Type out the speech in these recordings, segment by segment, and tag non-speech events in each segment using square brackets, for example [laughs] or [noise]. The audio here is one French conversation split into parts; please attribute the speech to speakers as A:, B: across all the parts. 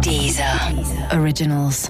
A: Deezer Originals.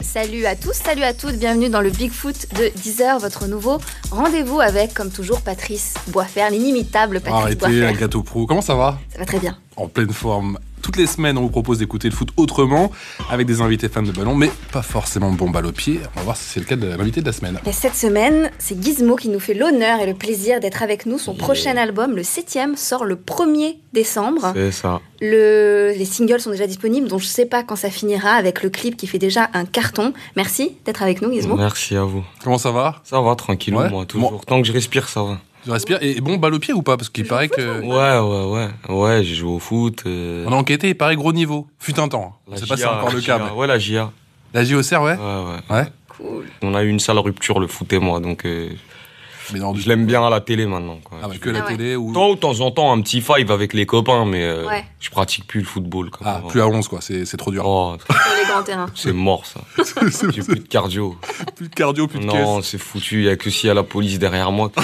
B: Salut à tous, salut à toutes, bienvenue dans le Bigfoot de 10h, votre nouveau rendez-vous avec, comme toujours, Patrice Boisfer, l'inimitable Patrice
C: Arrêtez,
B: Boisfer.
C: Agato Pro, comment ça va
B: Ça va très bien.
C: En pleine forme. Toutes les semaines, on vous propose d'écouter le foot autrement, avec des invités fans de ballon, mais pas forcément bon balle au pied. On va voir si c'est le cas de l'invité de la semaine.
B: Et cette semaine, c'est Gizmo qui nous fait l'honneur et le plaisir d'être avec nous. Son prochain album, le 7 sort le 1er décembre.
D: C'est ça.
B: Le... Les singles sont déjà disponibles, donc je sais pas quand ça finira, avec le clip qui fait déjà un carton. Merci d'être avec nous, Gizmo.
D: Merci à vous.
C: Comment ça va
D: Ça va, tranquille,
C: Ouais.
D: moi, toujours. Tant que je respire, ça va.
C: Tu respires Et bon balle au pied ou pas Parce qu'il paraît que.
D: Ouais, ouais, ouais. Ouais, j'ai joué au foot. euh,
C: On a enquêté, il paraît gros niveau. Fut un temps.
D: la
C: Je sais pas si c'est
D: JA,
C: encore le
D: la
C: cas.
D: JA.
C: mais-
D: Ouais, la JA.
C: La JOCR,
D: Ouais,
C: ouais
D: ouais.
C: Ouais.
B: Cool.
D: On a eu une sale rupture, le foot et moi, donc euh,
C: Mais non,
D: je l'aime bien à la télé maintenant. Quoi.
C: Ah, mais que la
B: Ah ouais.
C: télé ou.
D: De temps- de temps en temps, un petit five avec les copains, mais euh,
B: Ouais.
D: je pratique plus le football. Quoi.
C: Ah, plus à 11, quoi, c'est c'est trop [laughs] dur.
D: Oh,
B: Sur les grands terrains.
D: c'est mort,
C: [laughs]
D: ça. J'ai plus de cardio.
C: plus de cardio, plus de
D: Non,
C: caisse.
D: c'est foutu. Il a que s'il y a la police derrière moi.
C: [laughs]
D: que-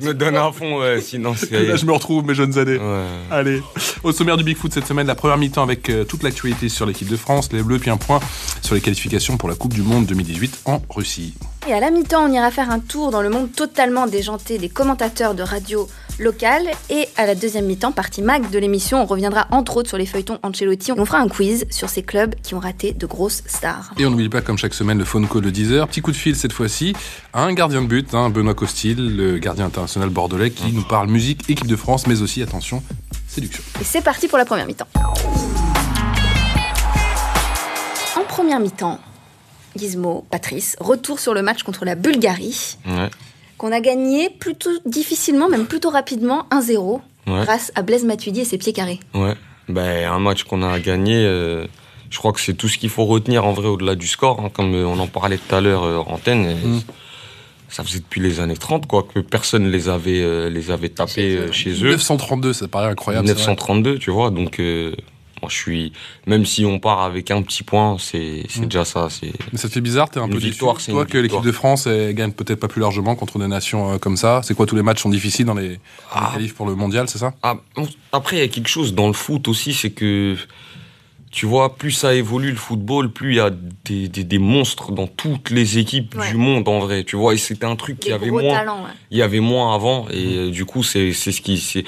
D: je me donne à fond, ouais, sinon c'est...
C: Là, je me retrouve, mes jeunes années.
D: Ouais.
C: Allez, au sommaire du Bigfoot cette semaine, la première mi-temps avec euh, toute l'actualité sur l'équipe de France, les Bleus, puis un point sur les qualifications pour la Coupe du Monde 2018 en Russie.
B: Et à la mi-temps, on ira faire un tour dans le monde totalement déjanté des commentateurs de radio locales. Et à la deuxième mi-temps, partie mag de l'émission, on reviendra entre autres sur les feuilletons Ancelotti. On fera un quiz sur ces clubs qui ont raté de grosses stars.
C: Et on n'oublie pas, comme chaque semaine, le phone call de 10h. Petit coup de fil cette fois-ci à un gardien de but, hein, Benoît Costil, le gardien international bordelais, qui nous parle musique, équipe de France, mais aussi, attention, séduction.
B: Et c'est parti pour la première mi-temps. En première mi-temps, Gizmo, Patrice, retour sur le match contre la Bulgarie,
D: Ouais.
B: qu'on a gagné plutôt difficilement, même plutôt rapidement, 1-0,
D: Ouais.
B: grâce à Blaise Matuidi et ses pieds carrés.
D: Ouais. Ben, un match qu'on a gagné, euh, je crois que c'est tout ce qu'il faut retenir en vrai au-delà du score. hein. comme euh, on en parlait tout à l'heure euh, en antenne, euh,
C: Mm.
D: ça faisait depuis les années 30 quoi, que personne les avait, euh, les avait tapés euh, chez eux.
C: 932, ça paraît incroyable. c'est vrai.
D: 932, tu vois. Donc, euh, moi, je suis. Même si on part avec un petit point, c'est c'est
C: Mm.
D: déjà ça. c'est
C: Mais ça te fait bizarre, t'es un
D: Une
C: peu
D: victoire,
C: déçu,
D: c'est
C: toi,
D: une
C: que l'équipe
D: victoire.
C: de France elle, gagne peut-être pas plus largement contre des nations euh, comme ça. C'est quoi, tous les matchs sont difficiles dans les, dans les
D: Ah.
C: qualifs pour le mondial, c'est ça
D: Ah, on- après, il y a quelque chose dans le foot aussi, c'est que, tu vois, plus ça évolue le football, plus il y a des, des- des monstres dans toutes les équipes
B: Ouais.
D: du monde, en vrai, tu vois. Et c'était un truc
B: Des
D: qu'il y avait
B: gros
D: moins, Ah,
B: talents, Mm. ouais.
D: il y avait moins avant. Et euh, du coup, c'est c'est ce qui... c'est-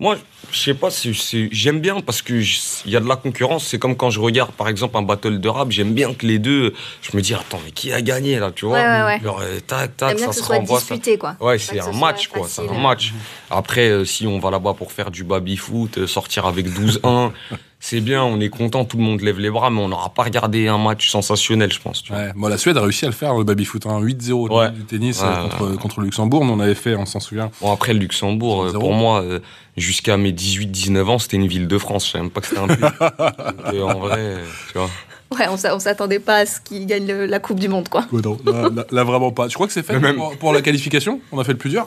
D: Moi, je sais pas, c'est- c'est- j'aime bien parce que je- il y a de la concurrence. C'est comme quand je regarde, par exemple, un battle de rap, j'aime bien que les deux, je me dis, attends, mais qui a gagné, là, tu vois
B: Ouais, ouais, ouais.
D: Genre, euh, tac,
B: J'aime
D: tac,
B: bien
D: ça
B: que ce
D: se
B: soit
D: renvoie, ça-
B: disputé, quoi.
D: Ouais,
B: que
D: c'est
B: ce
D: un
B: soit
D: match, quoi. C'est
B: facile. hein.
D: un match. Après, euh, si on va là-bas pour faire du baby-foot, euh, sortir avec
B: [laughs]
D: 12-1, c'est bien, on est content, tout le monde lève les bras, mais on n'aura pas regardé un match sensationnel, je pense. tu vois.
C: Ouais, bon, la Suède a réussi à le faire, le baby-foot. hein. 8-0
D: Ouais.
C: du tennis
D: Ouais,
C: euh, contre, contre le Luxembourg. Nous, on avait fait, on s'en souvient.
D: Bon, après, le Luxembourg, euh,
C: 0-0.
D: pour moi, euh, jusqu'à mes 18-19 ans, c'était une ville de France. Je savais même pas que c'était un
B: [laughs]
D: pays. Donc, euh, en vrai, euh, tu vois.
B: Ouais, on s'a- on s'attendait pas à ce qu'il gagne le- la Coupe du Monde, quoi.
C: Ouais, non, là, là- là, vraiment pas. Tu crois que c'est fait
D: Mais même-
C: pour, pour la qualification On a fait le plus dur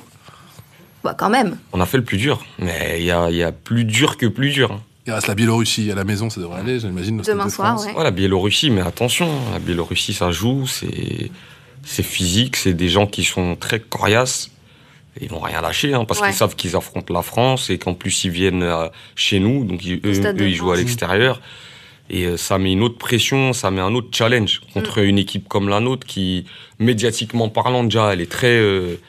B: Bah, quand même.
D: On a fait le plus dur. Mais il y a, il y a plus dur que plus dur. hein.
C: Il reste la Biélorussie à la maison, ça devrait aller, j'imagine. le Stade
B: Demain
C: de
B: soir,
C: France.
B: ouais.
D: Ouais, la Biélorussie, mais attention, hein, la Biélorussie, ça joue, c'est c'est physique, c'est des gens qui sont très coriaces. et Ils vont rien lâcher, hein, parce
B: Ouais.
D: qu'ils savent qu'ils affrontent la France et qu'en plus ils viennent euh, chez nous, donc ils- eux,
B: Stade de
D: eux, ils jouent à
B: France.
D: l'extérieur. Et euh, ça met une autre pression, ça met un autre challenge
B: Mm.
D: contre une équipe comme la nôtre qui, médiatiquement parlant, déjà, elle est très euh,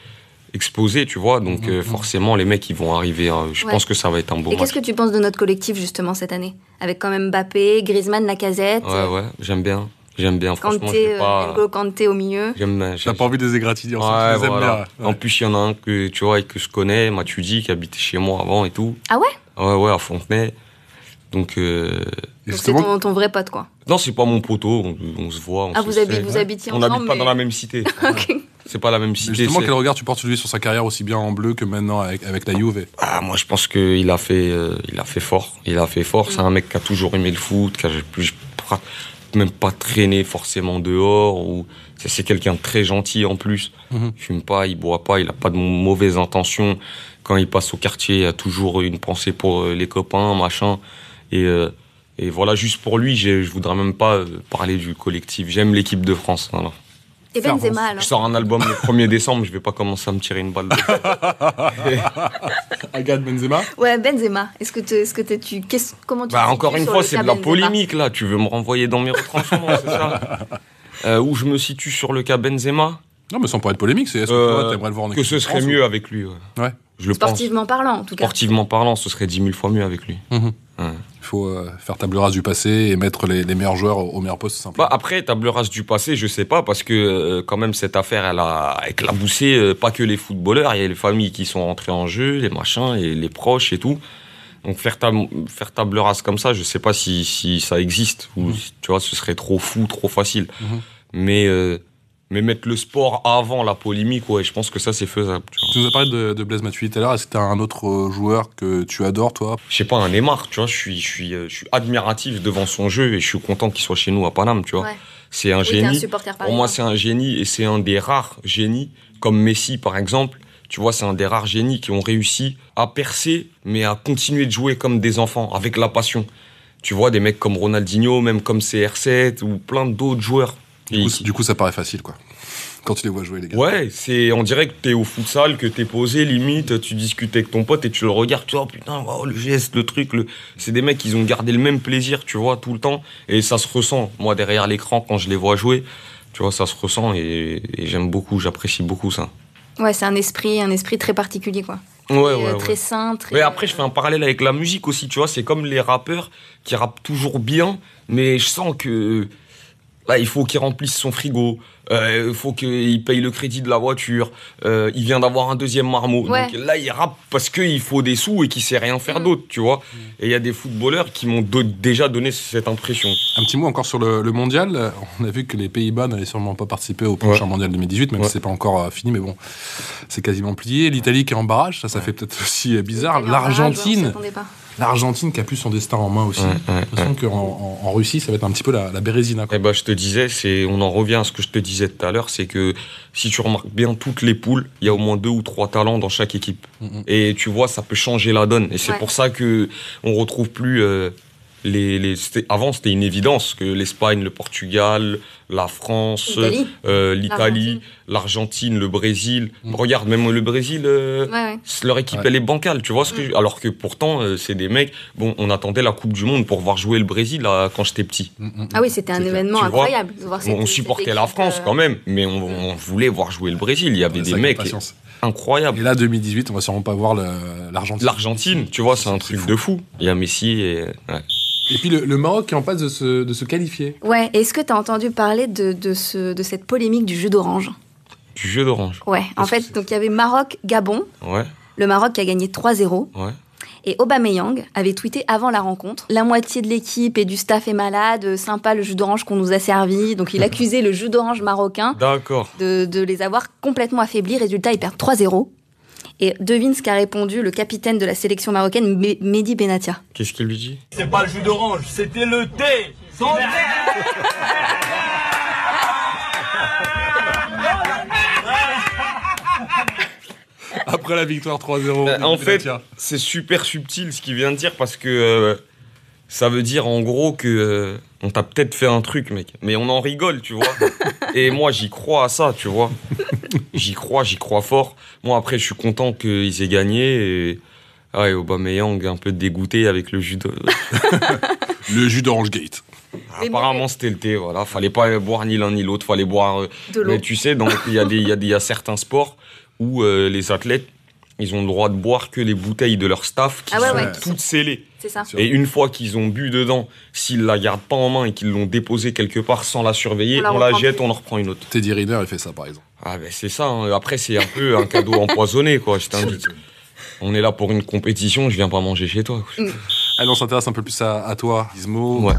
D: exposée, tu vois. Donc euh, forcément, les mecs, ils vont arriver. hein. Je
B: Ouais.
D: pense que ça va être un beau
B: Et
D: match.
B: qu'est-ce que tu penses de notre collectif, justement, cette année Avec quand même Mbappé, Griezmann, Lacazette,
D: Ouais, ouais, j'aime bien. J'aime bien, franchement. je
B: Kanté,
D: vais pas...
B: euh, N'Golo Kanté au milieu.
D: J'aime bien.
C: T'as pas envie de les égratigner, on sait que
D: Ouais,
C: tu les aimes
D: voilà.
C: bien, ouais.
D: En plus, il y en a un que tu vois et que je connais, Matudi, qui habitait chez moi avant et tout.
B: Ah ouais
D: Ouais, ouais, à Fontenay. Donc, euh...
C: Et
B: Donc c'est
C: justement,
B: ton, ton vrai pote, quoi.
D: non, c'est pas mon poteau. On, on se voit. On
B: Ah,
D: se
B: vous
D: sait.
B: habitez- vous
D: Ouais.
B: habitiez
D: On
B: ensemble,
D: n'habite pas
B: mais-
D: dans la même cité.
B: [laughs] Ok.
D: C'est pas la même cité.
C: justement,
D: c'est-
C: quel regard tu portes sur lui sur sa carrière aussi bien en bleu que maintenant avec, avec la Juve
D: Ah, moi, je pense qu'il a fait, euh, il a fait fort. Il a fait fort. C'est un mec qui a toujours aimé le foot, qui a plus, pra- même pas traîné forcément dehors. Ou c'est c'est quelqu'un de très gentil en plus.
C: Mhm.
D: Il fume pas, il boit pas, il a pas de mauvaises intentions. Quand il passe au quartier, il a toujours une pensée pour euh, les copains, machin. Et euh, Et voilà, juste pour lui, j'ai- je voudrais même pas euh, parler du collectif. J'aime l'équipe de France. voilà.
B: Et
C: Faire
B: Benzema,
D: Je
B: alors
D: sors un album le 1er décembre, je vais pas commencer à me tirer une balle.
C: Agathe Benzema
B: Ouais, Benzema. Est-ce que, t'es- est-ce que t'es- tu. qu'est-ce- Comment tu. te
D: Bah,
B: situes
D: encore une
B: sur
D: fois,
B: le
D: c'est
B: cas
D: de la
B: Benzema
D: polémique là. Tu veux me renvoyer dans mes retranchements, c'est ça Euh, Où je me situe sur le cas Benzema
C: Non, mais sans pour être polémique, c'est est-ce que
D: Euh,
C: toi, t'aimerais le voir en
D: Que
C: équipe
D: ce
C: de
D: serait
C: France
D: mieux avec lui. Ouais.
C: Ouais.
D: Je le pense.
B: Sportivement parlant, en tout cas.
D: Sportivement parlant, ce serait 10 000 fois mieux avec lui.
C: Mhm.
D: Ouais.
C: Il faut euh, faire table rase du passé et mettre les, les meilleurs joueurs au, au meilleur poste,
D: Bah,
C: simplement.
D: après, table rase du passé, je sais pas, parce que euh, quand même, cette affaire, elle a éclaboussé euh, pas que les footballeurs, il y a les familles qui sont entrées en jeu, les machins, et les proches et tout. Donc faire, ta- faire table rase comme ça, je sais pas si, si ça existe, ou si- tu vois, ce serait trop fou, trop facile.
C: Mhm.
D: Mais, euh, mais mettre le sport avant la polémique, ouais, je pense que ça, c'est faisable. tu vois.
C: tu nous as parlé de, de Blaise Matuidi tout à l'heure. Est-ce que t'as un autre euh, joueur que tu adores, toi
D: Je sais pas, un Neymar, tu vois, je suis, je, suis, euh, je suis admiratif devant son jeu et je suis content qu'il soit chez nous à Paname, tu vois.
B: Ouais.
D: C'est un
B: Oui, t'es un
D: génie.
B: supporter par
D: Pour moi, c'est un génie et c'est un des rares génies, comme Messi par exemple. Tu vois, c'est un des rares génies qui ont réussi à percer, mais à continuer de jouer comme des enfants, avec la passion. Tu vois, des mecs comme Ronaldinho, même comme CR7 ou plein d'autres joueurs.
C: du
D: Et
C: coup,
D: qui-
C: c- du coup, ça paraît facile, quoi. Quand tu les vois jouer, les gars.
D: Ouais, c'est on dirait que t'es au futsal, que t'es posé, limite, tu discutes avec ton pote et tu le regardes, tu vois, oh, putain, waouh, le geste, le truc, le... c'est des mecs, ils ont gardé le même plaisir, tu vois, tout le temps, et ça se ressent, moi, derrière l'écran, quand je les vois jouer, tu vois, ça se ressent, et, et j'aime beaucoup, j'apprécie beaucoup ça.
B: Ouais, c'est un esprit, un esprit très particulier, quoi.
D: Ouais,
B: Et,
D: ouais,
B: euh,
D: ouais.
B: Très sain, très.
D: Mais après, je fais un parallèle avec la musique aussi, tu vois, c'est comme les rappeurs qui rappent toujours bien, mais je sens que là, il faut qu'il remplisse son frigo, euh, il faut qu'il paye le crédit de la voiture, euh, il vient d'avoir un deuxième marmot.
B: Ouais.
D: Donc là, il rappe parce qu'il faut des sous et qu'il sait rien faire d'autre, tu vois. Et il y a des footballeurs qui m'ont do- déjà donné cette impression.
C: Un petit mot encore sur le, le mondial. Euh, On a vu que les Pays-Bas n'allaient sûrement pas participer au prochain mondial 2018, même
D: Ouais.
C: si c'est pas encore euh, fini, mais bon, c'est quasiment plié. L'Italie qui est en barrage, ça, ça fait peut-être aussi euh, bizarre.
B: hein,
C: L'Argentine, l'Argentine qui a plus son destin en main aussi.
D: Ouais,
C: J'ai
D: ouais,
C: l'impression qu'en en, en Russie, ça va être un petit peu la, la Bérésina, quoi.
D: Eh ben, je te disais, c'est, on en revient à ce que je te disais tout à l'heure, c'est que si tu remarques bien toutes les poules, il y a au moins deux ou trois talents dans chaque équipe.
C: Mhm.
D: Et tu vois, ça peut changer la donne. Et c'est
B: Ouais.
D: pour ça que on retrouve plus euh, les. les- c'était- avant, c'était une évidence que l'Espagne, le Portugal, la France,
B: L'Italie.
D: euh, l'Italie,
B: L'Argentine.
D: l'Argentine, le Brésil.
C: Mhm.
D: Regarde, même le Brésil. euh,
B: Ouais, Mm. ouais.
D: c'est- leur équipe
C: Ouais.
D: elle est bancale tu vois ce que je- alors que pourtant euh, c'est des mecs bon on attendait la coupe du monde pour voir jouer le Brésil là, quand j'étais petit
C: Mm, mm, mm.
B: Ah oui, c'était un
D: C'est clair.
B: événement
D: Tu vois,
B: incroyable. de voir
D: on,
B: cette-
D: on
B: cette
D: supportait la
B: équipe,
D: France
B: euh,
D: quand même, mais on, on voulait voir jouer le Brésil. Ah, Il y avait
C: Ouais,
D: des
C: ça, avec
D: mecs
C: impatience.
D: incroyables.
C: Et là, 2018, on va sûrement pas voir le- l'Argentine.
D: L'Argentine, tu vois, c'est un
C: C'est
D: truc
C: fou.
D: de fou. Il y a Messi et. ouais.
C: Et puis le, le Maroc qui est en passe de se, de se qualifier.
B: Ouais, est-ce que t'as entendu parler de, de, ce, de cette polémique du jeu d'orange
D: Du jeu d'orange.
B: Ouais, en
C: Qu'est-ce que
B: fait,
C: c'est
B: donc il y avait Maroc-Gabon,
D: Ouais,
B: le Maroc qui a gagné 3-0,
D: ouais.
B: et Aubameyang avait tweeté avant la rencontre « La moitié de l'équipe et du staff est malade, euh, sympa le jus d'orange qu'on nous a servi », donc
D: [laughs]
B: il accusait le jus d'orange marocain
D: D'accord.
B: de, de les avoir complètement affaiblis, résultat ils perdent 3-0. Et devine ce qu'a répondu le capitaine de la sélection marocaine, Me- Mehdi Benatia.
D: Qu'est-ce qu'il lui dit
E: C'est pas le jus d'orange, c'était le thé. Sans thé.
C: [laughs] Après la victoire 3-0.
D: Euh, En fait, c'est super subtil ce qu'il vient de dire parce que euh, ça veut dire en gros que euh, on t'a peut-être fait un truc, mec. Mais on en rigole, tu vois. Et moi, j'y crois à ça, tu vois. J'y crois, j'y crois fort. Moi, après, je suis content qu'ils aient gagné. Et... Ah, et Aubameyang un peu dégoûté avec le jus de...
C: le jus d'Orange Gate.
B: Mais bon,
D: Apparemment, c'était le thé, voilà. Fallait pas boire ni l'un ni l'autre, fallait boire... euh,
B: de l'eau.
D: Mais tu sais, donc, il y, a des- il y a des- il y a certains sports où euh, les athlètes, ils ont le droit de boire que les bouteilles de leur staff qui
B: Ah ouais,
D: sont
B: ouais.
D: toutes scellées.
B: C'est ça.
D: Et une fois qu'ils ont bu dedans, s'ils la gardent pas en main et qu'ils l'ont déposée quelque part sans la surveiller,
B: On la
D: on la
B: reprend
D: jette,
B: plus.
D: on en reprend une autre.
C: Teddy Riner, il fait ça, par exemple.
D: Ah ben c'est ça, hein. après c'est un peu un cadeau [laughs] empoisonné quoi, je t'invite. On est là pour une compétition, je viens pas manger chez toi. quoi.
C: Allez, on s'intéresse un peu plus à, à toi, Gizmo.
D: Ouais.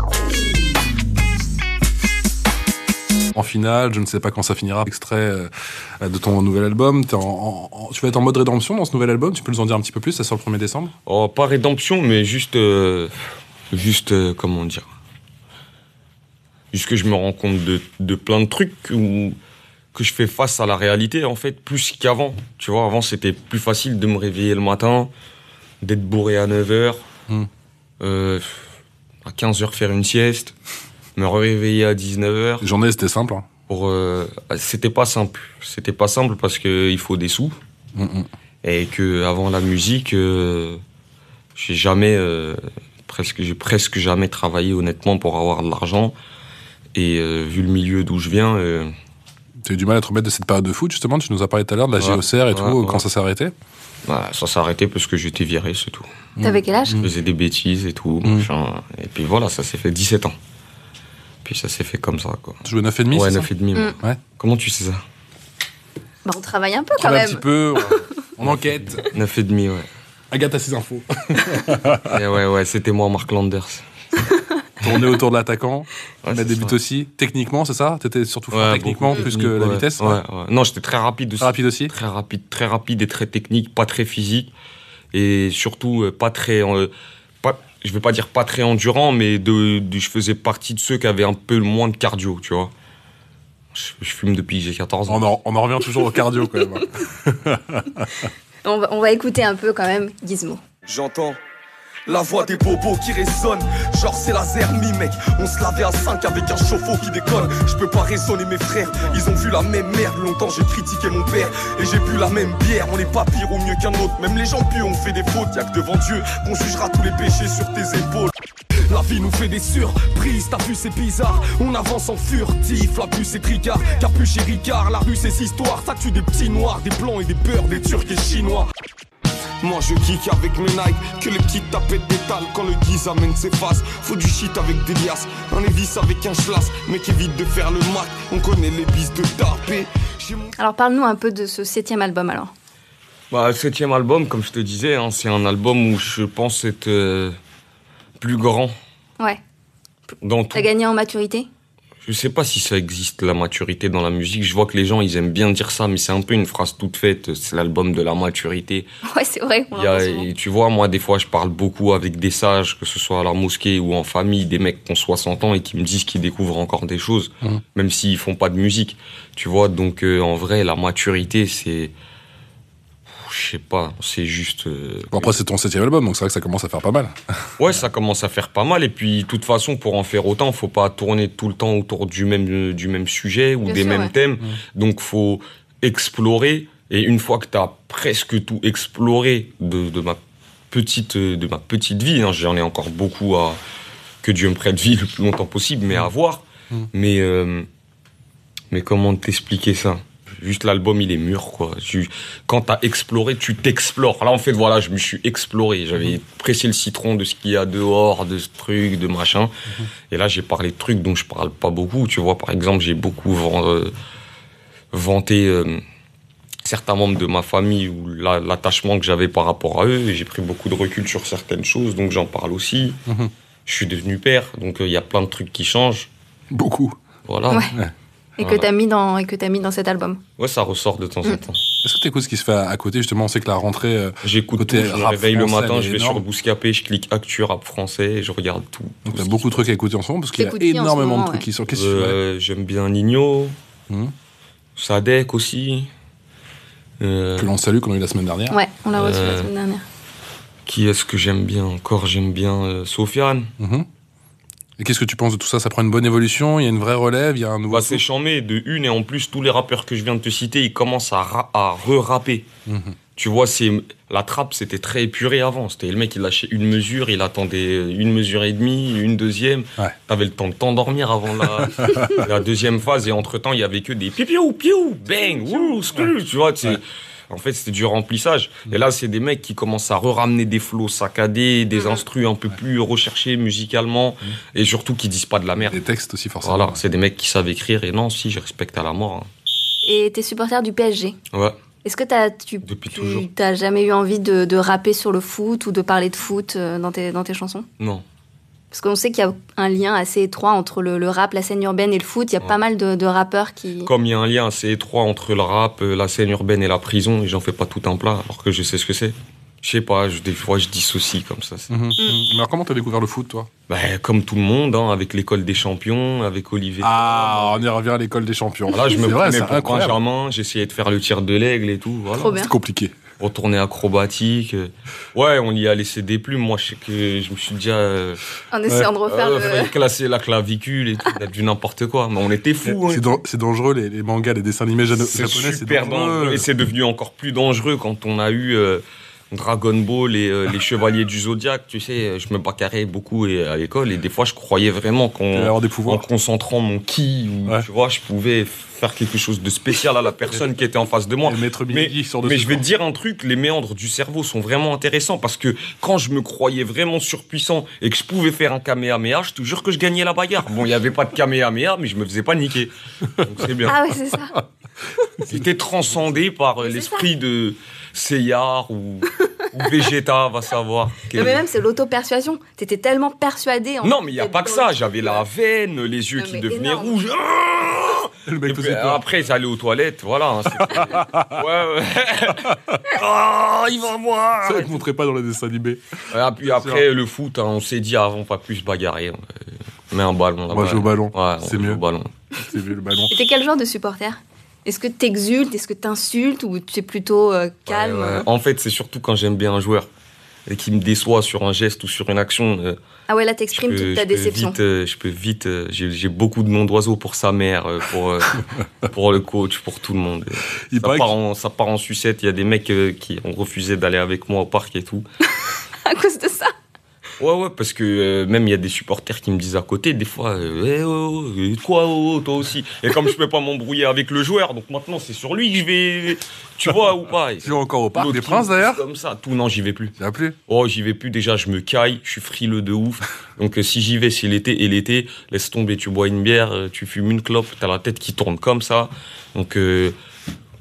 C: En finale, je ne sais pas quand ça finira, extrait euh, de ton nouvel album. T'es en- en- en- tu vas être en mode rédemption dans ce nouvel album. Tu peux nous en dire un petit peu plus Ça sort le 1er décembre.
D: Oh, pas rédemption, mais juste. euh, juste. euh, comment dire Juste que je me rends compte de, de plein de trucs ou que je fais face à la réalité, en fait, plus qu'avant. Tu vois, avant, c'était plus facile de me réveiller le matin, d'être bourré à 9h.
C: Mm.
D: euh, à 15h faire une sieste, me réveiller à 19h.
C: Journée, c'était simple. hein.
D: Pour, euh, c'était pas simple. C'était pas simple parce que il faut des sous.
C: Mm, mm.
D: et que avant la musique euh, j'ai jamais euh, presque j'ai presque jamais travaillé honnêtement pour avoir de l'argent et euh, vu le milieu d'où je viens euh,
C: T'as eu du mal à te remettre de cette période de foot, justement. Tu nous as parlé tout à l'heure de la
D: Ouais,
C: géocère et
D: ouais,
C: tout,
D: ouais.
C: quand ça s'est arrêté.
D: voilà, bah, ça s'est arrêté parce que j'étais viré c'est tout
B: T'avais quel âge
D: je faisais des bêtises et tout
C: Mm.
D: machin. et puis voilà ça s'est fait 17 ans puis ça s'est fait comme ça quoi
C: Tu jouais 9,5
D: ouais
C: c'est ça Mm.
D: 9 et demi moi.
C: Ouais.
D: comment tu sais ça
C: [laughs]
B: Bah, on travaille un peu
C: On
B: quand
C: travaille un
B: même.
C: petit peu, on, on enquête.
D: 9 et demi ouais
C: [laughs] Agathe a ses infos.
D: Et ouais ouais c'était moi Mark Landers
C: Tourner autour de l'attaquant.
D: Ouais,
C: la
D: c'est
C: débute
D: ça.
C: aussi. Techniquement, c'est ça T'étais surtout fort
D: Ouais,
C: techniquement
D: beaucoup de
C: plus que
D: technique,
C: la
D: ouais.
C: vitesse
D: Ouais, ouais. non j'étais très rapide aussi
C: Rapide aussi
D: Très rapide, très rapide et très technique, pas très physique et surtout euh, pas très, euh, pas, je vais pas dire pas très endurant, mais de, de- je faisais partie de ceux qui avaient un peu le moins de cardio, tu vois. Je, je fume depuis que j'ai 14 ans.
C: on en, on en revient toujours au cardio quand même. hein.
B: On va, on va écouter un peu quand même Gizmo.
F: J'entends la voix des bobos qui résonne. Genre, c'est la zermie, mec. On se lavait à 5 avec un chauffe-eau qui déconne. Je peux pas raisonner mes frères. Ils ont vu la même merde. Longtemps, j'ai critiqué mon père. Et j'ai bu la même bière. On n'est pas pire ou mieux qu'un autre. Même les gens pieux ont fait des fautes. Y'a que devant Dieu qu'on jugera tous les péchés sur tes épaules. La vie nous fait des surprises, t'as vu c'est bizarre On avance en furtif, la puce c'est tricard Capuche et Ricard, la rue c'est histoire Ça tue des petits noirs, des blancs et des beurs, des turcs et chinois moi je kick avec mes Nike, que les petites tapettes d'étal quand le guise amène ses faces. Faut du shit avec des liasses, un Levis avec un schlass, mec évite de faire le mac, on connaît les bis de tarpé. J'ai mon-
B: Alors parle-nous un peu de ce septième album alors.
D: Bah, le septième album, comme je te disais, hein, c'est un album où je pense être euh, plus grand
B: Ouais.
D: dans tout.
B: T'as gagné en maturité [laughs]
D: Je sais pas si ça existe la maturité dans la musique. Je vois que les gens ils aiment bien dire ça, mais c'est un peu une phrase toute faite. C'est l'album de la maturité.
B: Ouais, c'est vrai. on
D: Il y a-
B: l'entend souvent.
D: et tu vois, moi, des fois, je parle beaucoup avec des sages, que ce soit à la mosquée ou en famille, des mecs qui ont 60 ans et qui me disent qu'ils découvrent encore des choses,
C: Mhm.
D: même s'ils font pas de musique. Tu vois, donc euh, en vrai, la maturité, c'est. Je sais pas, c'est juste. euh,
C: Bon, après, c'est ton septième album, donc c'est vrai que ça commence à faire pas mal.
D: Ouais, ça commence à faire pas mal. Et puis, de toute façon, pour en faire autant, faut pas tourner tout le temps autour du même, euh, du même sujet ou
B: Bien
D: des
B: sûr,
D: mêmes
B: ouais.
D: thèmes. Donc, faut explorer. Et une fois que tu as presque tout exploré de, de ma petite, euh, de ma petite vie, hein, j'en ai encore beaucoup à que Dieu me prête vie le plus longtemps possible, mais à voir. Mais, euh, mais comment t'expliquer ça Juste l'album, il est mûr, quoi. Tu- quand t'as exploré, tu t'explores. Là, en fait, voilà, je me suis exploré. J'avais pressé le citron de ce qu'il y a dehors, de ce truc, de machin. Et là, j'ai parlé de trucs dont je parle pas beaucoup. Tu vois, par exemple, j'ai beaucoup van- euh, vanté euh, certains membres de ma famille ou la- l'attachement que j'avais par rapport à eux. Et J'ai pris beaucoup de recul sur certaines choses, donc j'en parle aussi.
C: Mhm.
D: Je suis devenu père, donc euh, il y a plein de trucs qui changent.
C: Beaucoup.
D: Voilà.
B: Ouais.
D: Ouais,
B: Et que
D: Voilà.
B: t'as mis dans et que t'as mis dans cet album.
D: ça ressort de temps en temps.
C: Est-ce que t'écoutes ce qui se fait à à côté Justement, on sait que la rentrée. euh,
D: J'écoute tout,
C: Côté
D: je me
C: rap
D: réveille le
C: français,
D: matin,
C: elle
D: je
C: est
D: vais
C: énorme.
D: sur Bouscapé, je clique Actu rap français et je regarde tout.
C: donc
D: tout
C: t'as
D: ce
C: beaucoup de trucs à écouter en ce moment, parce qu'il y a
B: T'écoutes qui en ce
C: énormément
B: moment,
C: de trucs
B: ouais.
C: qui sortent.
D: qui-
C: Qu'est-ce que tu fais
D: Euh, J'aime bien Nino,
C: Mhm.
D: Sadek aussi. Euh,
C: Que l'on salue, qu'on a eu la semaine dernière.
B: Ouais, on l'a reçu la
D: Euh,
B: semaine dernière.
D: qui est-ce que j'aime bien encore J'aime bien euh, Sofiane.
C: Mhm. Et qu'est-ce que tu penses de tout ça Ça prend une bonne évolution Il y a une vraie relève Il y a un nouveau.
D: Bah, c'est chambé de une et en plus tous les rappeurs que je viens de te citer, ils commencent à, ra- à re-rapper.
C: Mhm.
D: Tu vois, c'est la trappe, c'était très épuré avant. C'était le mec, il lâchait une mesure, il attendait une mesure et demie, une deuxième.
C: Ouais.
D: T'avais le temps de t'endormir avant
C: [laughs]
D: la, la deuxième phase et entre temps, il y avait que des pipiou, piou, bang, wouh, screw. Tu vois, c'est en fait, c'était du remplissage.
C: Mhm.
D: Et là, c'est des mecs qui commencent à re-ramener des flots saccadés, des instrus un peu plus recherchés musicalement
C: Mhm.
D: et surtout qui disent pas de la merde.
C: Des textes aussi, forcément.
D: Voilà, c'est des mecs qui savent écrire et non, si, je respecte à la mort.
B: Et t'es supporter du PSG.
D: hein. Ouais.
B: Est-ce que t'as, tu,
D: Depuis
B: tu-
D: toujours.
B: t'as jamais eu envie de, de rapper sur le foot ou de parler de foot euh, dans tes, dans tes chansons
D: Non.
B: Parce qu'on sait qu'il y a un lien assez étroit entre le, le rap, la scène urbaine et le foot. Il y a
D: Ouais.
B: pas mal de, de rappeurs qui.
D: Comme il y a un lien assez étroit entre le rap, euh, la scène urbaine et la prison, et j'en fais pas tout un plat, alors que je sais ce que c'est. Je sais pas, je, des fois je dissocie comme ça. c'est-
C: Mhm.
B: Mm.
C: Mais alors, comment t'as découvert le foot, toi
D: Bah, comme tout le monde, hein, avec l'école des champions, avec Olivier.
C: Ah, on y revient à l'école des champions.
D: Voilà, je me
C: C'est vrai,
D: prenais
C: c'est
D: pour
C: incroyable.
D: Benjamin, j'essayais de faire le tir de l'aigle et tout. Voilà.
B: Trop bien.
C: C'est compliqué.
D: retourner acrobatique. euh. Ouais, on y a laissé des plumes. Moi, je sais que je me suis déjà euh,
B: En essayant de refaire
D: euh,
B: le-
D: failli classer la clavicule et tout, on a du n'importe quoi. Mais on était
C: C'est
D: fous. hein.
C: dan- c'est dangereux, les, les mangas, les dessins animés jano-
D: C'est
C: japonais, c'est
D: super dangereux. Et c'est devenu encore plus dangereux quand on a eu euh, Dragon Ball et euh, les Chevaliers du Zodiac. Tu sais, euh, je me bacarrais beaucoup et, à l'école et des fois, je croyais vraiment
C: Il va y
D: qu'on.
C: avoir des
D: en
C: pouvoirs.
D: concentrant mon ki, ou,
C: Ouais.
D: tu vois, je pouvais faire quelque chose de spécial à la personne qui était en face de moi.
C: Et Maître Miyagi sort de
D: Mais
C: ce
D: je vais te
C: corps.
D: dire un truc, les méandres du cerveau sont vraiment intéressants parce que quand je me croyais vraiment surpuissant et que je pouvais faire un kamehameha, je te jure que je gagnais la bagarre. Bon, il n'y avait pas de kamehameha, mais je me faisais pas niquer. Donc c'est bien.
B: Ah ouais, c'est ça.
D: J'étais transcendé par euh,
B: C'est
D: l'esprit de Seyar ou, ou Vegeta, va savoir.
B: Non, mais même, c'est l'auto-persuasion. T'étais tellement persuadé. en
D: Non, mais il n'y a
B: fait,
D: pas que
B: dans
D: ça.
B: le-
D: J'avais la veine, les yeux
B: Non,
D: qui
B: mais
D: devenaient
B: énorme.
D: rouges. Ah
C: Le
D: Et
C: mec
D: puis,
C: faisait peur.
D: après, j'allais aux toilettes, voilà. hein,
C: [laughs]
D: c'était- ouais, [laughs] ouais. Ah, il va voir.
C: Ça, il te montrait pas dans les
D: [laughs]
C: dessins animés.
D: Ah, puis après, le foot, hein, on s'est dit avant, pas plus se bagarrer. On met un ballon là-bas.
C: Moi, je joue au ballon.
D: Ouais, on
C: C'est
D: joue
C: mieux.
D: au ballon.
C: C'est vu le ballon.
B: Et T'es quel genre de supporter Est-ce que t'exultes Est-ce que t'insultes Ou tu es plutôt euh, calme
D: Ouais, ouais. En fait, c'est surtout quand j'aime bien un joueur et qu'il me déçoit sur un geste ou sur une action. euh,
B: Ah ouais, là,
D: je
B: t'exprimes
D: peux-
B: toute ta
D: je peux
B: déception. [laughs]
D: vite, euh, je peux vite. euh, J'ai j'ai beaucoup de noms d'oiseaux pour sa mère, euh, pour,
C: [laughs]
D: euh, pour le coach, pour tout le monde.
C: Il
D: Ça
C: paraît
D: part,
C: que
D: en, ça part en sucette. Il y a des mecs euh, qui ont refusé d'aller avec moi au parc et tout.
B: à cause de ça.
D: Ouais, ouais, parce que euh, même il y a des supporters qui me disent à côté, des fois, euh, Eh, oh, oh, et quoi, oh, oh, toi aussi Et comme je peux pas m'embrouiller avec le joueur, donc maintenant c'est sur lui que je vais. Tu vois ou pas Et
C: tu es encore au Parc
D: l'autre
C: des
D: qui
C: Princes,
D: me pousse
C: d'ailleurs.
D: Comme ça, tout, non, j'y vais plus.
C: Tu as plus
D: Oh, j'y vais plus, déjà, je me caille, je suis frileux de ouf. Donc euh, si j'y vais, c'est l'été, et l'été, laisse tomber, tu bois une bière, euh, tu fumes une clope, t'as la tête qui tourne comme ça. Donc. euh,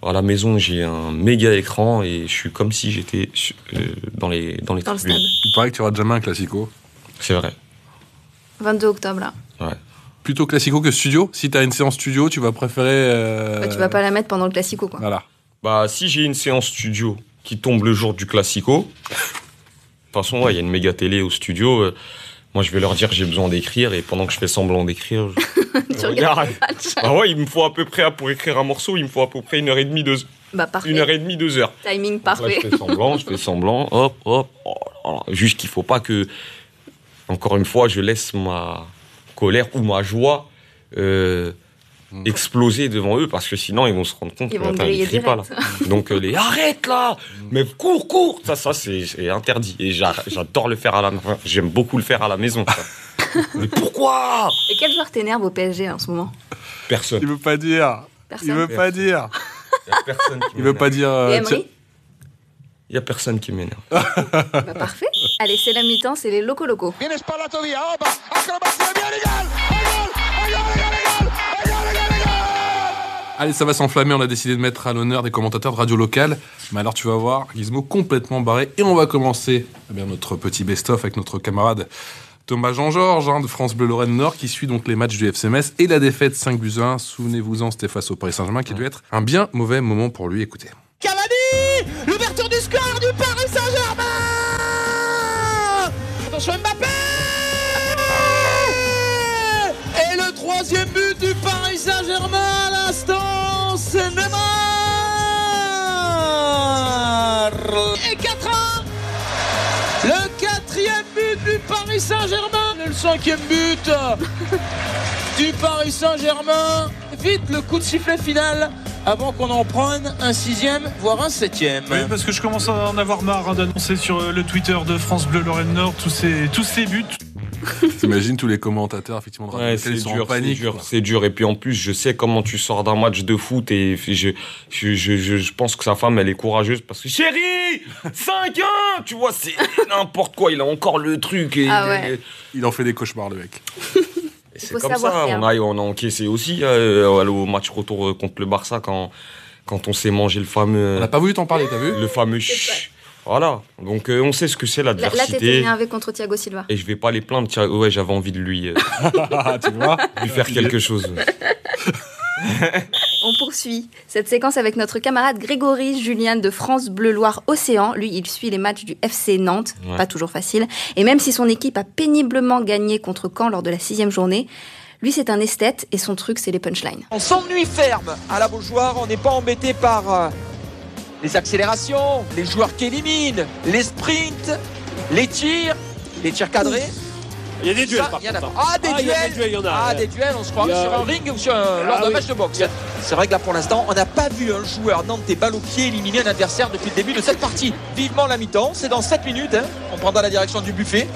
D: à la maison, j'ai un méga écran et je suis comme si j'étais euh, dans les dans les
B: Dans le
D: tribunes.
B: stade.
C: Il paraît que tu auras jamais un classico.
D: C'est vrai.
B: 22 octobre, là.
D: Ouais.
C: Plutôt classico que studio. Si t'as une séance studio, tu vas préférer. euh,
B: Ouais, Bah, Ah, tu vas pas la mettre pendant le classico, quoi.
C: Voilà.
D: Bah, si j'ai une séance studio qui tombe le jour du classico, de toute façon, ouais, il y a une méga télé au studio. euh, moi, je vais leur dire j'ai besoin d'écrire et pendant que je fais semblant d'écrire, je, je [laughs] regarde. Bah ouais, il me faut à peu près, pour écrire un morceau, il me faut à peu près une heure et demie, deux,
B: Bah, parfait.
D: une heure et demie, deux heures.
B: Timing
D: Donc là,
B: parfait.
D: je fais semblant, je fais semblant, hop, hop. oh là là. Juste qu'il faut pas que, encore une fois, je laisse ma colère ou ma joie euh,
C: Mmh.
D: exploser devant eux parce que sinon ils vont se rendre compte
B: Ils
D: que,
B: vont
D: attends,
B: griller
D: crie pas là.
B: direct. [laughs]
D: Donc euh, les arrête là,
C: Mmh.
D: mais cours, cours. Ça, ça c'est c'est interdit et j'a- j'adore le faire à la maison. J'aime beaucoup le faire à la maison.
C: [laughs]
D: ça. mais pourquoi
B: Et quel joueur t'énerve au PSG en ce moment
D: Personne.
C: Il veut pas dire. Il
B: Personne.
C: veut pas dire.
D: Il y a personne qui
C: Il veut
D: m'énerve.
C: pas dire.
B: Et
C: euh, tiens-
B: Emery
D: Il y a personne qui m'énerve.
B: Bah, parfait. Allez, c'est la mi-temps, c'est les locaux locaux.
C: Allez, ça va s'enflammer. On a décidé de mettre à l'honneur des commentateurs de radio locale. Mais alors, tu vas voir, Gizmo complètement barré. Et on va commencer eh bien, notre petit best-of avec notre camarade Thomas Jean-Georges hein, de France Bleu Lorraine Nord qui suit donc les matchs du FCMS et la défaite 5 buts à 1. Souvenez-vous-en, c'était face au Paris Saint-Germain qui a dû être un bien mauvais moment pour lui. Écoutez.
G: Cavani L'ouverture du score du Paris Saint-Germain Attention Mbappé Et le troisième but du Paris Saint-Germain à l'instant, c'est Neymar Et 4-1 Le quatrième but du Paris Saint-Germain Le cinquième but du Paris Saint-Germain. Vite le coup de sifflet final avant qu'on en prenne un sixième, voire un septième.
H: Oui, parce que je commence à en avoir marre hein, d'annoncer sur euh, le Twitter de France Bleu Lorraine Nord tous ces, tous ces buts.
C: T'imagines tous les commentateurs, effectivement, de radio
D: Ouais,
C: locale,
D: c'est
C: ils sont
D: dur,
C: en
D: c'est
C: panique.
D: dur,
C: quoi.
D: c'est dur. Et puis en plus, je sais comment tu sors d'un match de foot et je, je, je, je, je pense que sa femme, elle est courageuse parce que chérie, 5-1, tu vois, c'est [laughs] n'importe quoi. Il a encore le truc et
B: Ah ouais.
D: et
C: Il en fait des cauchemars, le mec.
D: c'est
B: faut
D: comme ça.
B: savoir faire.
D: On a, on a encaissé aussi euh, au match retour euh, contre le Barça quand, quand on s'est mangé le fameux,
C: On n'a pas voulu t'en parler, t'as vu
D: [laughs] le fameux.
B: ça.
D: chut. Voilà. Donc euh, on sait ce que c'est
B: Là, là t'étais
D: l'adversité.
B: énervé contre Thiago Silva.
D: Et je vais pas les plaindre. Tiens, ouais, j'avais envie de
C: [laughs]
D: lui, euh,
C: Ah, Tu vois
D: lui faire quelque chose.
B: On poursuit cette séquence avec notre camarade Grégory Julien de France Bleu Loire Océan. Lui, il suit les matchs du FC Nantes,
D: Ouais.
B: pas toujours facile. Et même si son équipe a péniblement gagné contre Caen lors de la sixième journée, lui, c'est un esthète et son truc, c'est les punchlines.
G: On s'ennuie ferme à la Beaujoire, on n'est pas embêté par euh, les accélérations, les joueurs qui éliminent, les sprints, les tirs, les tirs cadrés.
I: Il y a des duels
G: Ça,
I: par
G: il y en a
I: contre.
G: pas. Ah, des
I: Ah, il y a des
G: duels
I: duels, il y en a,
G: Ah,
I: ouais.
G: des duels, on se croirait
I: Il y a-
G: sur un ring ou sur un- euh, lors
I: Ah,
G: d'un
I: oui.
G: match de boxe. C'est vrai que là, pour l'instant, on n'a pas vu un joueur nantais balle au pied éliminer un adversaire depuis le début de cette partie. Vivement la mi-temps, c'est dans 7 minutes. hein. On prendra la direction du [laughs] buffet.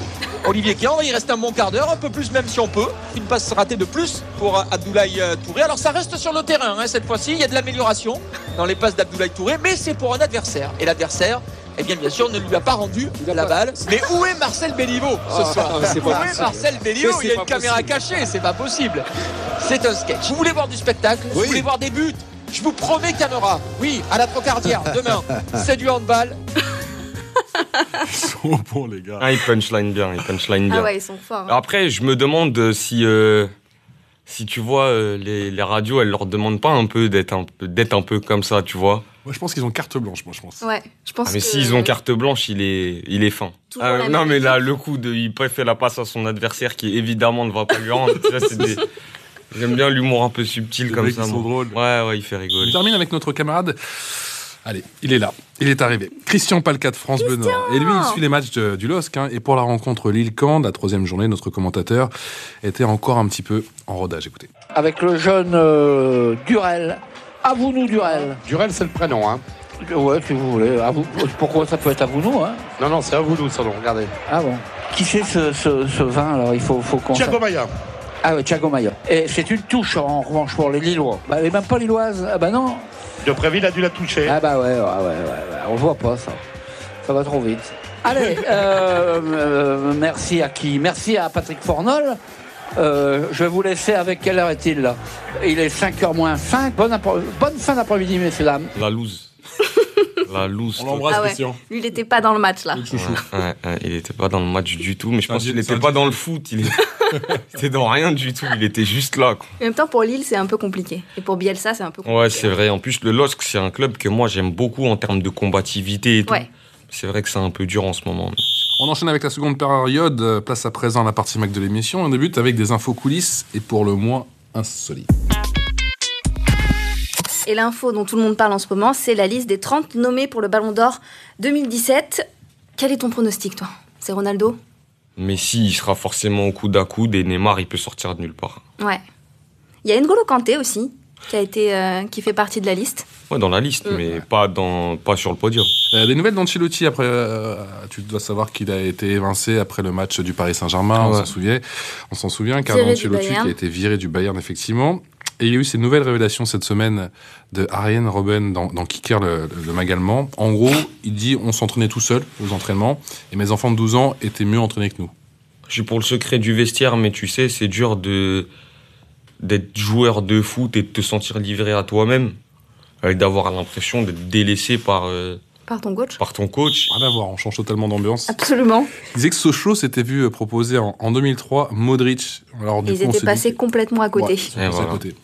G: Olivier Kéan, il reste un bon quart d'heure, un peu plus même si on peut. Une passe ratée de plus pour Abdoulaye euh, Touré. Alors ça reste sur le terrain hein, cette fois-ci, il y a de l'amélioration dans les passes d'Abdoulaye Touré, mais c'est pour un adversaire. Et l'adversaire, eh bien bien sûr, ne lui a pas Ah. rendu la balle. Mais où est Marcel Béliveau ce soir
I: Ah, c'est pas
G: Où est
I: possible.
G: Marcel Béliveau
I: Mais c'est
G: Il y a une
I: pas
G: caméra
I: possible.
G: cachée, c'est pas possible. C'est un sketch. Vous voulez voir du spectacle Vous
I: Oui.
G: voulez voir des buts Je vous promets qu'il y en aura. Oui, à la Trocardière,
I: [laughs]
G: demain. C'est du handball.
C: Oh [laughs] bon, les gars.
D: Ah, il punchline bien, il punchline bien.
B: Ah ouais, ils sont forts. hein.
D: Après, je me demande euh, si, euh, si tu vois, euh, les, les radios, elles leur demandent pas un peu d'être un, peu- d'être un peu comme ça, tu vois.
C: Moi, je pense qu'ils ont carte blanche, moi, je pense.
B: Ouais, je pense
D: Ah, mais
B: que-
D: s'ils ont carte blanche, il est, il est fin.
B: Toujours
D: Ah,
B: la
D: non,
B: même
D: mais là, le coup de. Il fait la passe à son adversaire qui, évidemment, ne va pas lui rendre. Ça, c'est des- J'aime bien l'humour un peu subtil
C: Les
D: comme
C: mecs,
D: ça.
C: ils sont
D: moi.
C: drôles.
D: Ouais, ouais, il fait
C: On
D: rigoler.
C: termine avec notre camarade. Allez, il est là, il est arrivé. Christian Palca de France Bleu Nord. Et lui, il suit les matchs de- du LOSC. hein. et pour la rencontre Lille-Camp, la troisième journée, notre commentateur était encore un petit peu en rodage. Écoutez.
J: avec le jeune euh, Durel. À vous nous Durel.
K: Durel, c'est le prénom. Hein.
J: Ouais, si vous voulez. À vous. Pourquoi ça peut être à vous nous hein
K: Non, non, c'est à vous, nous, ça, non, regardez.
J: Ah bon. Qui c'est ce, ce- ce vin alors Il faut, faut qu'on.
K: Thiago Maia.
J: Ah oui, Thiago Maia. Et c'est une touche hein, en revanche pour les Lillois. Bah, mais même pas Lilloise. Ah bah non.
K: De Préville a dû la toucher.
J: Ah bah ouais, ouais, ouais, ouais, ouais. on le voit pas ça. Ça va trop vite.
H: [laughs]
J: Allez, euh, euh, merci à qui Merci à Patrick Fornol. Euh, je vais vous laisser avec quelle heure est-il là Il est 5h moins 5. Bonne, après- bonne fin d'après-midi, messieurs, dames.
D: La
C: [laughs]
D: loose. la loose.
C: On
D: toi.
C: l'embrasse,
B: Ah ouais.
C: Christian.
B: Lui, il était pas dans le match là.
D: Ouais, ouais, ouais, il était pas dans le match du tout, mais je
C: C'est un
D: pense
C: dieu-
D: qu'il
C: c'est un
D: était pas
C: dieu.
D: dans le foot. Il était- [laughs] il était dans rien du tout. Il était juste là, quoi.
B: En même temps, pour Lille, c'est un peu compliqué. Et pour Bielsa, c'est un peu compliqué.
D: Ouais, c'est vrai. En plus, le LOSC, c'est un club que moi, j'aime beaucoup en termes de combativité et tout.
B: Ouais.
D: C'est vrai que c'est un peu dur en ce moment.
C: On enchaîne avec la seconde période. Euh, Place à présent à la partie Mac de l'émission. On débute avec des infos coulisses et pour le moins insolites.
B: Et l'info dont tout le monde parle en ce moment, c'est la liste des 30 nommés pour le Ballon d'Or 2017. Quel est ton pronostic, toi C'est Ronaldo
D: Mais si, il sera forcément au coude à coude et Neymar, il peut sortir de nulle part.
B: Ouais. Il y a N'Golo Kanté aussi, qui, a été, euh, qui fait partie de la liste.
D: Ouais, dans la liste,
B: Mm.
D: mais pas, dans, pas sur le podium.
C: Euh, des nouvelles d'Ancelotti après. euh, tu dois savoir qu'il a été évincé après le match du Paris Saint-Germain. On
D: Ouais.
C: s'en souvient. On s'en souvient car
B: Viré du
C: Ancelotti qui
B: Bayern.
C: a été viré du Bayern effectivement. Et il y a eu ces nouvelles révélations cette semaine de Ariane Robben dans, dans Kicker, le, le mag allemand. En gros, il dit on s'entraînait tout seul aux entraînements et mes enfants de 12 ans étaient mieux entraînés que nous.
D: Je suis pour le secret du vestiaire, mais tu sais, c'est dur de d'être joueur de foot et de te sentir livré à toi-même. Et d'avoir l'impression d'être délaissé par, euh,
B: Par ton coach
D: par ton coach.
C: Rien à voir, on change totalement d'ambiance.
B: Ah, bah. Absolument.
C: Il disait que Sochaux s'était vu euh, proposer en, en 2003 Modric. Alors, du
B: Ils
C: coup, on
B: étaient
C: s'est dit-
B: passés complètement à côté.
C: Ouais, ils sont
D: Et
C: passés à
D: voilà.
C: côté.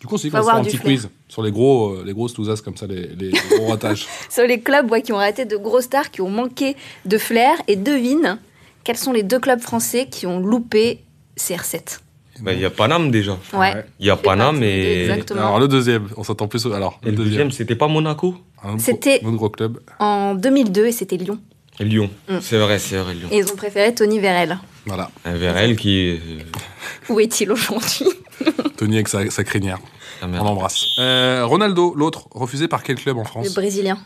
C: Du coup, on
B: Faut
C: s'est dit qu'on se fait
B: avoir
C: un
B: du
C: petit
B: flair.
C: quiz sur les gros, euh, les grosses tousasses comme ça,
B: [laughs]
C: les, les gros ratages.
B: Sur les clubs ouais, qui ont raté de grosses stars, qui ont manqué de flair. Et devine, quels sont les deux clubs français qui ont loupé CR7
D: Ben, Il y a Paname déjà.
B: Ouais.
D: Il y a
B: Fait partie
D: Paname
B: des deux,
D: et.
B: exactement.
C: Alors, le deuxième, on s'attend plus au. Alors,
D: Et le deuxième, c'était pas Monaco
C: un autre
B: C'était-
C: gros- un autre gros club.
B: En 2002, et c'était Lyon.
D: Et Lyon.
B: Mm.
D: C'est vrai, c'est vrai, Lyon.
B: Et ils ont préféré Tony Vérel.
C: Voilà.
D: Un VRL qui. euh,
B: Où est-il aujourd'hui
C: Tony avec sa, sa crinière.
D: ah,
C: On
D: merde.
C: l'embrasse. Euh, Ronaldo, l'autre, refusé par quel club en
B: Le
C: France
B: Brésilien.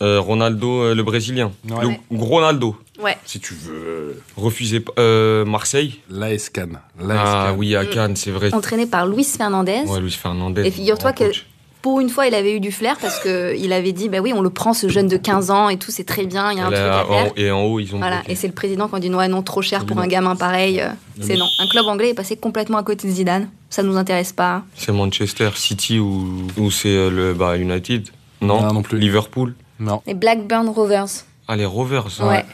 D: Euh, Ronaldo, euh, le Brésilien.
C: Ouais.
D: Le gros Ronaldo.
B: Ouais.
C: Si tu veux.
D: Refusé p- euh, Marseille.
C: L'AS Cannes. L'AS
D: Ah
C: Cannes.
D: oui, à Cannes, c'est vrai.
B: Entraîné par Luis Fernandez.
D: Ouais, Luis Fernandez.
B: Mm. Et figure-toi
D: grand
B: que-
D: coach.
B: Pour une fois, il avait eu du flair parce qu'il avait dit Bah oui, on le prend ce jeune de 15 ans et tout, c'est très bien, il y a un
D: Là,
B: truc à faire.
D: en- et en haut, ils ont.
B: Voilà,
D: bloqué.
B: et c'est le président qui a dit non, ouais, non, trop cher pour
C: Non.
B: un gamin pareil. euh, C'est
C: mais-
B: non. Un club anglais est passé complètement à côté de Zidane. Ça nous intéresse pas.
D: C'est Manchester City ou, ou c'est euh, le bah, United non.
C: Ah, Non, non plus.
D: Liverpool.
C: Non.
B: Les Blackburn Rovers.
D: Ah, les Rovers.
B: Ouais.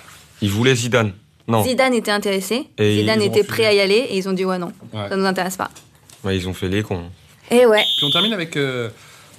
D: Ils voulaient Zidane. Non,
B: Zidane était intéressé.
D: Et
B: Zidane
C: ils ont
B: était
C: refusé.
B: prêt à y aller et ils ont dit ouais, non,
C: Ouais.
B: ça nous intéresse pas.
D: Ouais, Bah, ils ont fait les cons.
B: Et Eh ouais,
C: Puis on termine avec. euh,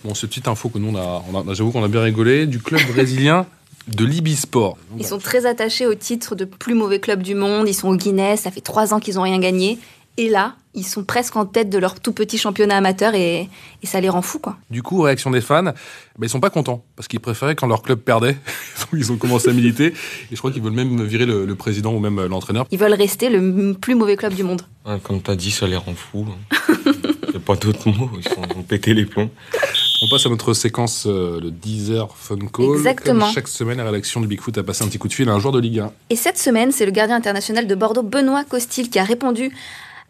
C: bon, cette petite info que nous, on a, on a- j'avoue qu'on a bien rigolé. Du club brésilien de l'Ibisport.
B: ils sont très attachés au titre de plus mauvais club du monde. Ils sont au Guinness, ça fait trois ans qu'ils ont rien gagné. Et là, ils sont presque en tête de leur tout petit championnat amateur et, et ça les rend fous, quoi.
C: Du coup, réaction des fans, bah, ils sont pas contents parce qu'ils préféraient quand leur club perdait. [laughs] Donc, ils ont commencé à militer et je crois qu'ils veulent même virer le, le président ou même euh, l'entraîneur.
B: Ils veulent rester le m- plus mauvais club du monde.
D: hein. Ouais, comme t'as dit, ça les rend fous. hein. [laughs] Il a pas d'autre mot, ils sont ils ont pété les plombs.
C: On passe à notre séquence, euh, le 10h Fun Call.
B: Exactement.
C: Comme chaque semaine, la rédaction du Bigfoot a passé un petit coup de fil à un joueur de Ligue 1.
B: Et cette semaine, c'est le gardien international de Bordeaux, Benoît Costil, qui a répondu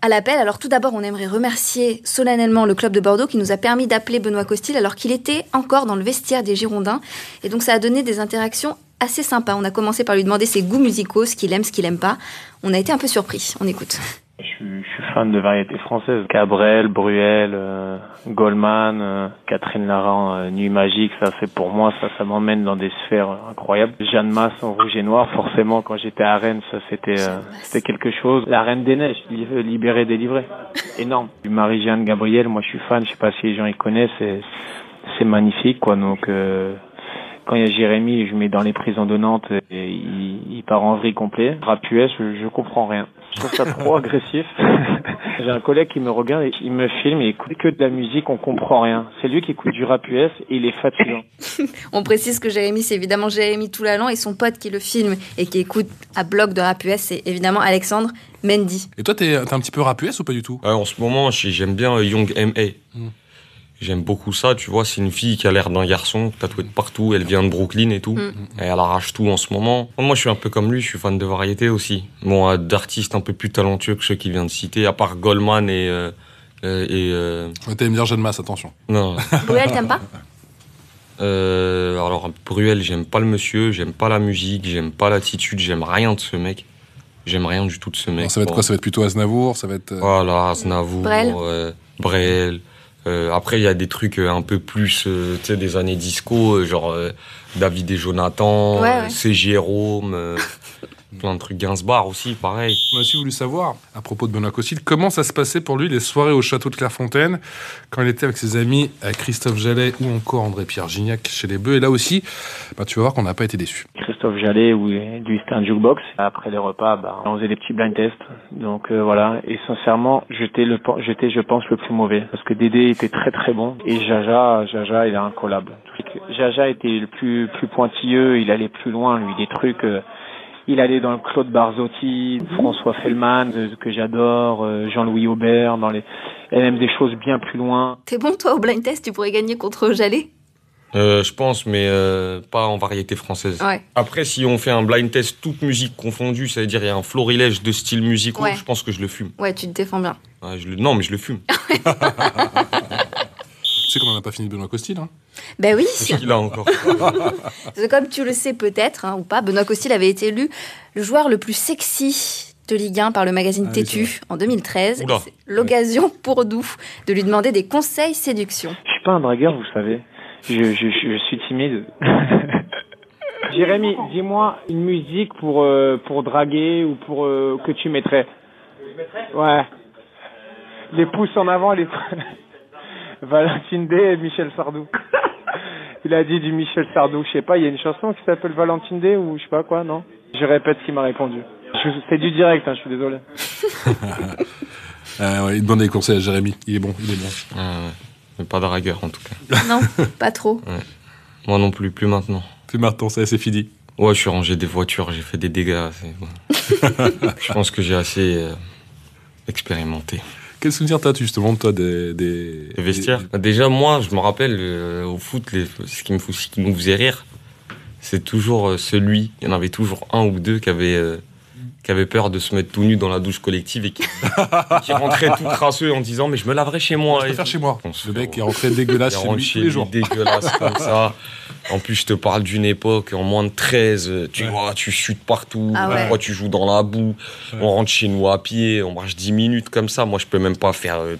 B: à l'appel. Alors tout d'abord, on aimerait remercier solennellement le club de Bordeaux qui nous a permis d'appeler Benoît Costil alors qu'il était encore dans le vestiaire des Girondins. Et donc ça a donné des interactions assez sympas. On a commencé par lui demander ses goûts musicaux, ce qu'il aime, ce qu'il aime pas. On a été un peu surpris. On écoute.
I: Je suis fan de variétés françaises. Cabrel, Bruel, euh, Goldman, euh, Catherine Laran, euh, Nuit Magique, ça c'est pour moi, ça ça m'emmène dans des sphères euh, incroyables. Jeanne Masse en rouge et noir, forcément quand j'étais à Rennes, ça c'était euh, c'était quelque chose. La Reine des Neiges, li- euh, libérée, délivrée, énorme. Marie-Jeanne Gabriel, moi je suis fan, je sais pas si les gens y connaissent, c'est c'est magnifique quoi. Donc euh, quand il y a Jérémy, je mets dans les prisons de Nantes et il, il part en vrille complet. Rapuès, je, je comprends rien. Je trouve ça trop agressif. J'ai un collègue qui me regarde et il me filme, il écoute que de la musique, on comprend rien. C'est lui qui écoute du rap US et il est fatigant.
B: On précise que Jérémy, c'est évidemment Jérémy Toulalan et son pote qui le filme et qui écoute à bloc de rap US, c'est évidemment Alexandre
C: [laughs]
B: Mendy.
C: Et toi, t'es t'es un petit peu rap US ou pas du tout
D: Ouais, en ce moment, j'ai- j'aime bien euh, Young M.A.
C: Mm.
D: J'aime beaucoup ça, tu vois, c'est une fille qui a l'air d'un garçon, tatouée de partout, elle vient de Brooklyn et tout.
B: Mm.
D: Et elle arrache tout en ce moment. Moi, je suis un peu comme lui, je suis fan de variété aussi. Bon, euh, d'artistes un peu plus talentueux que ceux qu'il vient de citer, à part Goldman et... euh, euh, et euh,
C: Ouais, T'allais me dire Jeanne Masse, attention.
D: non. [laughs]
B: Bruel, t'aimes pas
D: Euh, alors, Bruel, j'aime pas le monsieur, j'aime pas la musique, j'aime pas l'attitude, j'aime rien de ce mec. J'aime rien du tout de ce mec.
C: Alors, ça va être
D: Bon.
C: quoi Ça va être plutôt Aznavour Ça va être. euh,
D: Voilà, Aznavour,
B: Brel.
D: euh, Brel. Euh, après, il y a des trucs euh, un peu plus, euh, tu sais, des années disco, euh, genre euh, David et Jonathan,
B: Ouais,
D: euh,
B: ouais.
D: c'est Jérôme,
B: [laughs]
D: euh, plein de trucs Gainsbourg aussi, pareil.
C: On a aussi voulu savoir, à propos de Benoît Costil, comment ça se passait pour lui les soirées au château de Clairefontaine, quand il était avec ses amis euh, Christophe Jallet ou encore André-Pierre Gignac chez les Bleus. Et là aussi, bah, tu vas voir qu'on n'a pas été déçus.
I: Christophe Jallet, oui, lui c'était un jukebox. Après les repas, bah, on faisait des petits blind tests. Donc euh, voilà, et sincèrement, j'étais, le, pen- j'étais, je pense, le plus mauvais. Parce que Dédé était très très bon. Et Jaja, Jaja, il est incollable. Jaja était le plus, plus pointilleux, il allait plus loin, lui, des trucs... euh, il allait dans le Claude Barzotti, François Fellman, euh, que j'adore, euh, Jean-Louis Aubert, dans les, et même des choses bien plus loin.
B: T'es bon toi au blind test, tu pourrais gagner contre Jallet
D: Euh, je pense, mais euh, pas en variété française.
B: Ouais.
D: Après, si on fait un blind test, toute musique confondue, ça veut dire il y a un florilège de styles musicaux,
B: Ouais.
D: je pense que je le fume.
B: Ouais, tu te défends bien.
D: Ouais, je le- Non, mais je le fume. [laughs]
C: Tu sais qu'on n'en a pas fini de Benoît Costil. Hein
B: Ben
C: [laughs]
B: oui,
D: Qu'est-ce qu'il a
B: [laughs]
D: encore
B: parce que comme tu le sais peut-être, hein, ou pas, Benoît Costil avait été élu le joueur le plus sexy de Ligue 1 par le magazine
C: Ah oui,
B: Tétu en 2013.
D: Oula.
B: C'est L'occasion pour nous de lui demander des conseils
C: [laughs]
B: séduction.
I: Je suis pas un dragueur, vous savez. Je, je, je, je suis timide. Jérémy, dis-moi une musique pour euh, pour draguer ou pour euh, que tu mettrais. Ouais. Les pouces [laughs] en avant, les Valentine D et Michel Sardou. Il a dit du Michel Sardou, je sais pas, il y a une chanson qui s'appelle Valentine D ou je sais pas quoi, non Je répète ce qu'il m'a répondu. Je- C'est du direct, hein, je suis désolé.
C: Euh, ouais, il demandait des conseils à Jérémy. Il est bon, il est bon.
D: Ouais, ouais. Mais pas dragueur, en tout cas.
B: Non, pas trop.
D: Moi non plus, plus maintenant.
C: Fais maintenant, ça y est, c'est fini.
D: Ouais, je suis rangé des voitures, j'ai fait des dégâts. c'est bon.
C: [laughs]
D: je pense que j'ai assez euh, expérimenté.
C: Quel souvenir t'as-tu justement de toi des, des,
D: Les vestiaires. Bah, déjà, moi, je me rappelle euh, au foot, les- ce, qui me, fou- ce qui nous faisait rire, c'est toujours euh, celui. Il y en avait toujours un ou deux qui avait, euh, qui avait peur de se mettre tout nu dans la douche collective et
C: [laughs]
D: qui, qui rentrait tout crasseux en disant Mais je me laverai chez moi.
C: Je
D: Et
C: préfère chez moi.
D: on se
C: Le
D: fait-
C: mec est rentré [laughs] dégueulasse
D: Il
C: Ah, chez
D: rentre
C: lui tous
D: chez
C: les
D: lui
C: jours.
D: dégueulasse
C: [laughs]
D: comme ça. En plus, je te parle d'une époque, en moins de 13, euh, tu vois, tu chutes partout,
B: Ah ouais.
D: parfois tu joues dans la boue,
C: Ouais.
D: on rentre chez nous à pied, on marche 10 minutes comme ça. Moi, je peux même pas faire euh,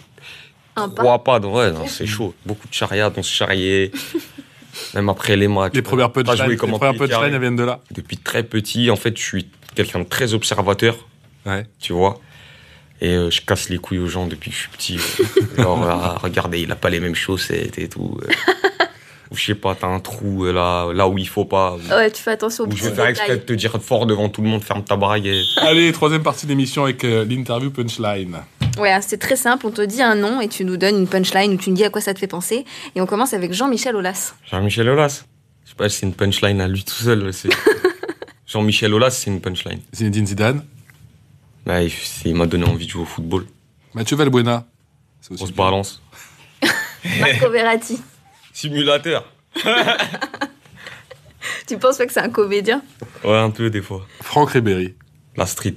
B: Un pas.
D: trois pas. dans- ouais, non, c'est chaud. Beaucoup de charriades, on se
B: [laughs]
D: charriait. même après les matchs.
C: Les premières
D: Pas
C: punchlines,
D: jouer
C: les
D: comme un
C: premières
D: pied carré.
C: punchlines, elles viennent de là.
D: Depuis très petit, en fait, je suis quelqu'un de très observateur
C: Ouais.
D: tu vois. Et euh, je casse les couilles aux gens depuis que je suis petit. euh. Genre, ah, regardez, il a pas les mêmes chaussettes et tout. euh. Ou je sais pas, t'as un trou euh, là, là où il faut pas. Ou,
B: Ouais, tu fais attention aux
D: ou je
B: petits
D: vais faire exprès de
B: détails.
D: te dire fort devant tout le monde, ferme ta braguette.
C: Allez, troisième partie d'émission avec euh, l'interview punchline.
B: Ouais, c'est très simple. On te dit un nom et tu nous donnes une punchline ou tu nous dis à quoi ça te fait penser. Et on commence avec
D: [laughs]
B: Jean-Michel Aulas.
D: Jean-Michel Aulas. Je sais pas si c'est une punchline à lui tout seul. c'est- Jean-Michel Aulas, c'est une punchline.
C: Zinedine Zidane.
D: Bah, il c'est- il m'a donné envie de jouer au football.
C: Mathieu Valbuena.
D: On se balance.
B: Marco Verratti.
D: Simulateur.
B: Tu penses pas que c'est un comédien
D: Ouais, un peu des fois.
C: Franck Ribéry.
D: La street.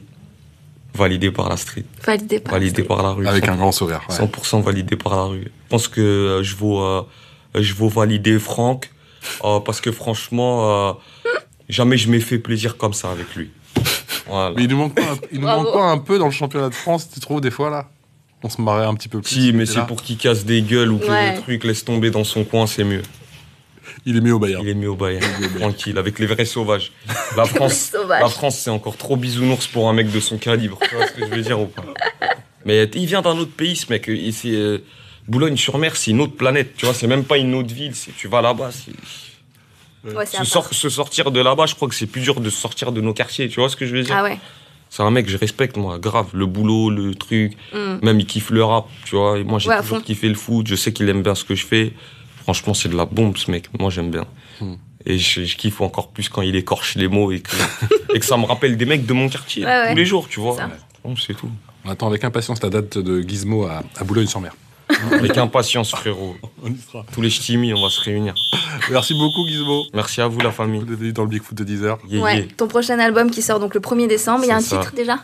D: Validé par la street.
B: Validé par. [laughs]
D: Validé par la rue.
C: Avec un
D: 100%,
C: grand sourire. ouais.
D: 100% validé par la rue. Je pense que euh, je vaux, euh, je vaux valider Franck euh, parce que franchement, euh, jamais je m'ai fait plaisir comme ça avec lui. Voilà.
C: Mais il nous manque pas, un- il nous
B: Bravo.
C: manque pas un peu dans le championnat de France, tu trouves, des fois, là On se marrait un petit peu plus.
D: Si, mais
C: c'était
D: c'est
C: là.
D: pour qu'il casse des gueules ou que
B: Ouais.
D: le truc laisse tomber dans son coin, c'est mieux.
C: Il est mis au Bayern.
D: Il est mis au Bayern, tranquille, avec les vrais sauvages. La France,
B: sauvages.
D: la France, c'est encore trop bisounours pour un mec de son calibre. Tu vois ce que je veux dire ou
B: [laughs]
D: pas Mais il vient d'un autre pays, ce mec. Il- c'est, euh, Boulogne-sur-Mer, c'est une autre planète. Tu vois, c'est même pas une autre ville. C'est- Tu vas là-bas, c'est-
B: Ouais, c'est
D: se,
B: un
D: sor- se sortir de là-bas, je crois que c'est plus dur de se sortir de nos quartiers. Tu vois ce que je veux dire
B: Ah ouais.
D: C'est un mec que je respecte, moi, grave. Le boulot, le truc.
B: Mm.
D: Même il kiffe le rap, tu vois. Et moi, j'ai
B: Ouais, à
D: toujours
B: fond.
D: kiffé le foot. Je sais qu'il aime bien ce que je fais. Franchement, c'est de la bombe, ce mec. Moi, j'aime bien.
C: Mm.
D: Et je, je kiffe encore plus quand il écorche les mots
B: [laughs]
D: et que, et que ça me rappelle des mecs de mon quartier
B: Ouais, ouais.
D: tous les jours, tu vois.
B: Ça.
D: Bon, c'est tout.
C: On attend avec impatience la date de Gizmo à, à Boulogne-sur-Mer.
D: Avec impatience, frérot.
C: [laughs] On y sera.
D: Tous les ch'timis, on va se réunir.
C: Merci beaucoup, Gizmo.
D: Merci à vous, la famille.
C: Vous êtes venu dans le Big Foot de 10 heures.
D: Yeah,
B: ouais.
D: yeah.
B: Ton prochain album qui sort donc le 1er décembre, il y a un
D: C'est ça.
B: titre déjà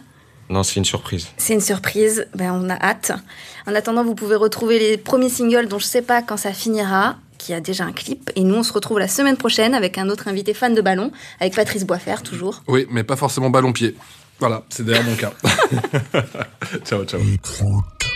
D: Non, c'est une surprise.
B: C'est une surprise, ben, on a hâte. En attendant, vous pouvez retrouver les premiers singles dont je sais pas quand ça finira, qui a déjà un clip. Et nous, on se retrouve la semaine prochaine avec un autre invité fan de ballon, avec Patrice Boisfer toujours.
C: Oui, mais pas forcément ballon-pied. Voilà, c'est derrière mon cas. [laughs] ciao, ciao.
L: Bigfoot.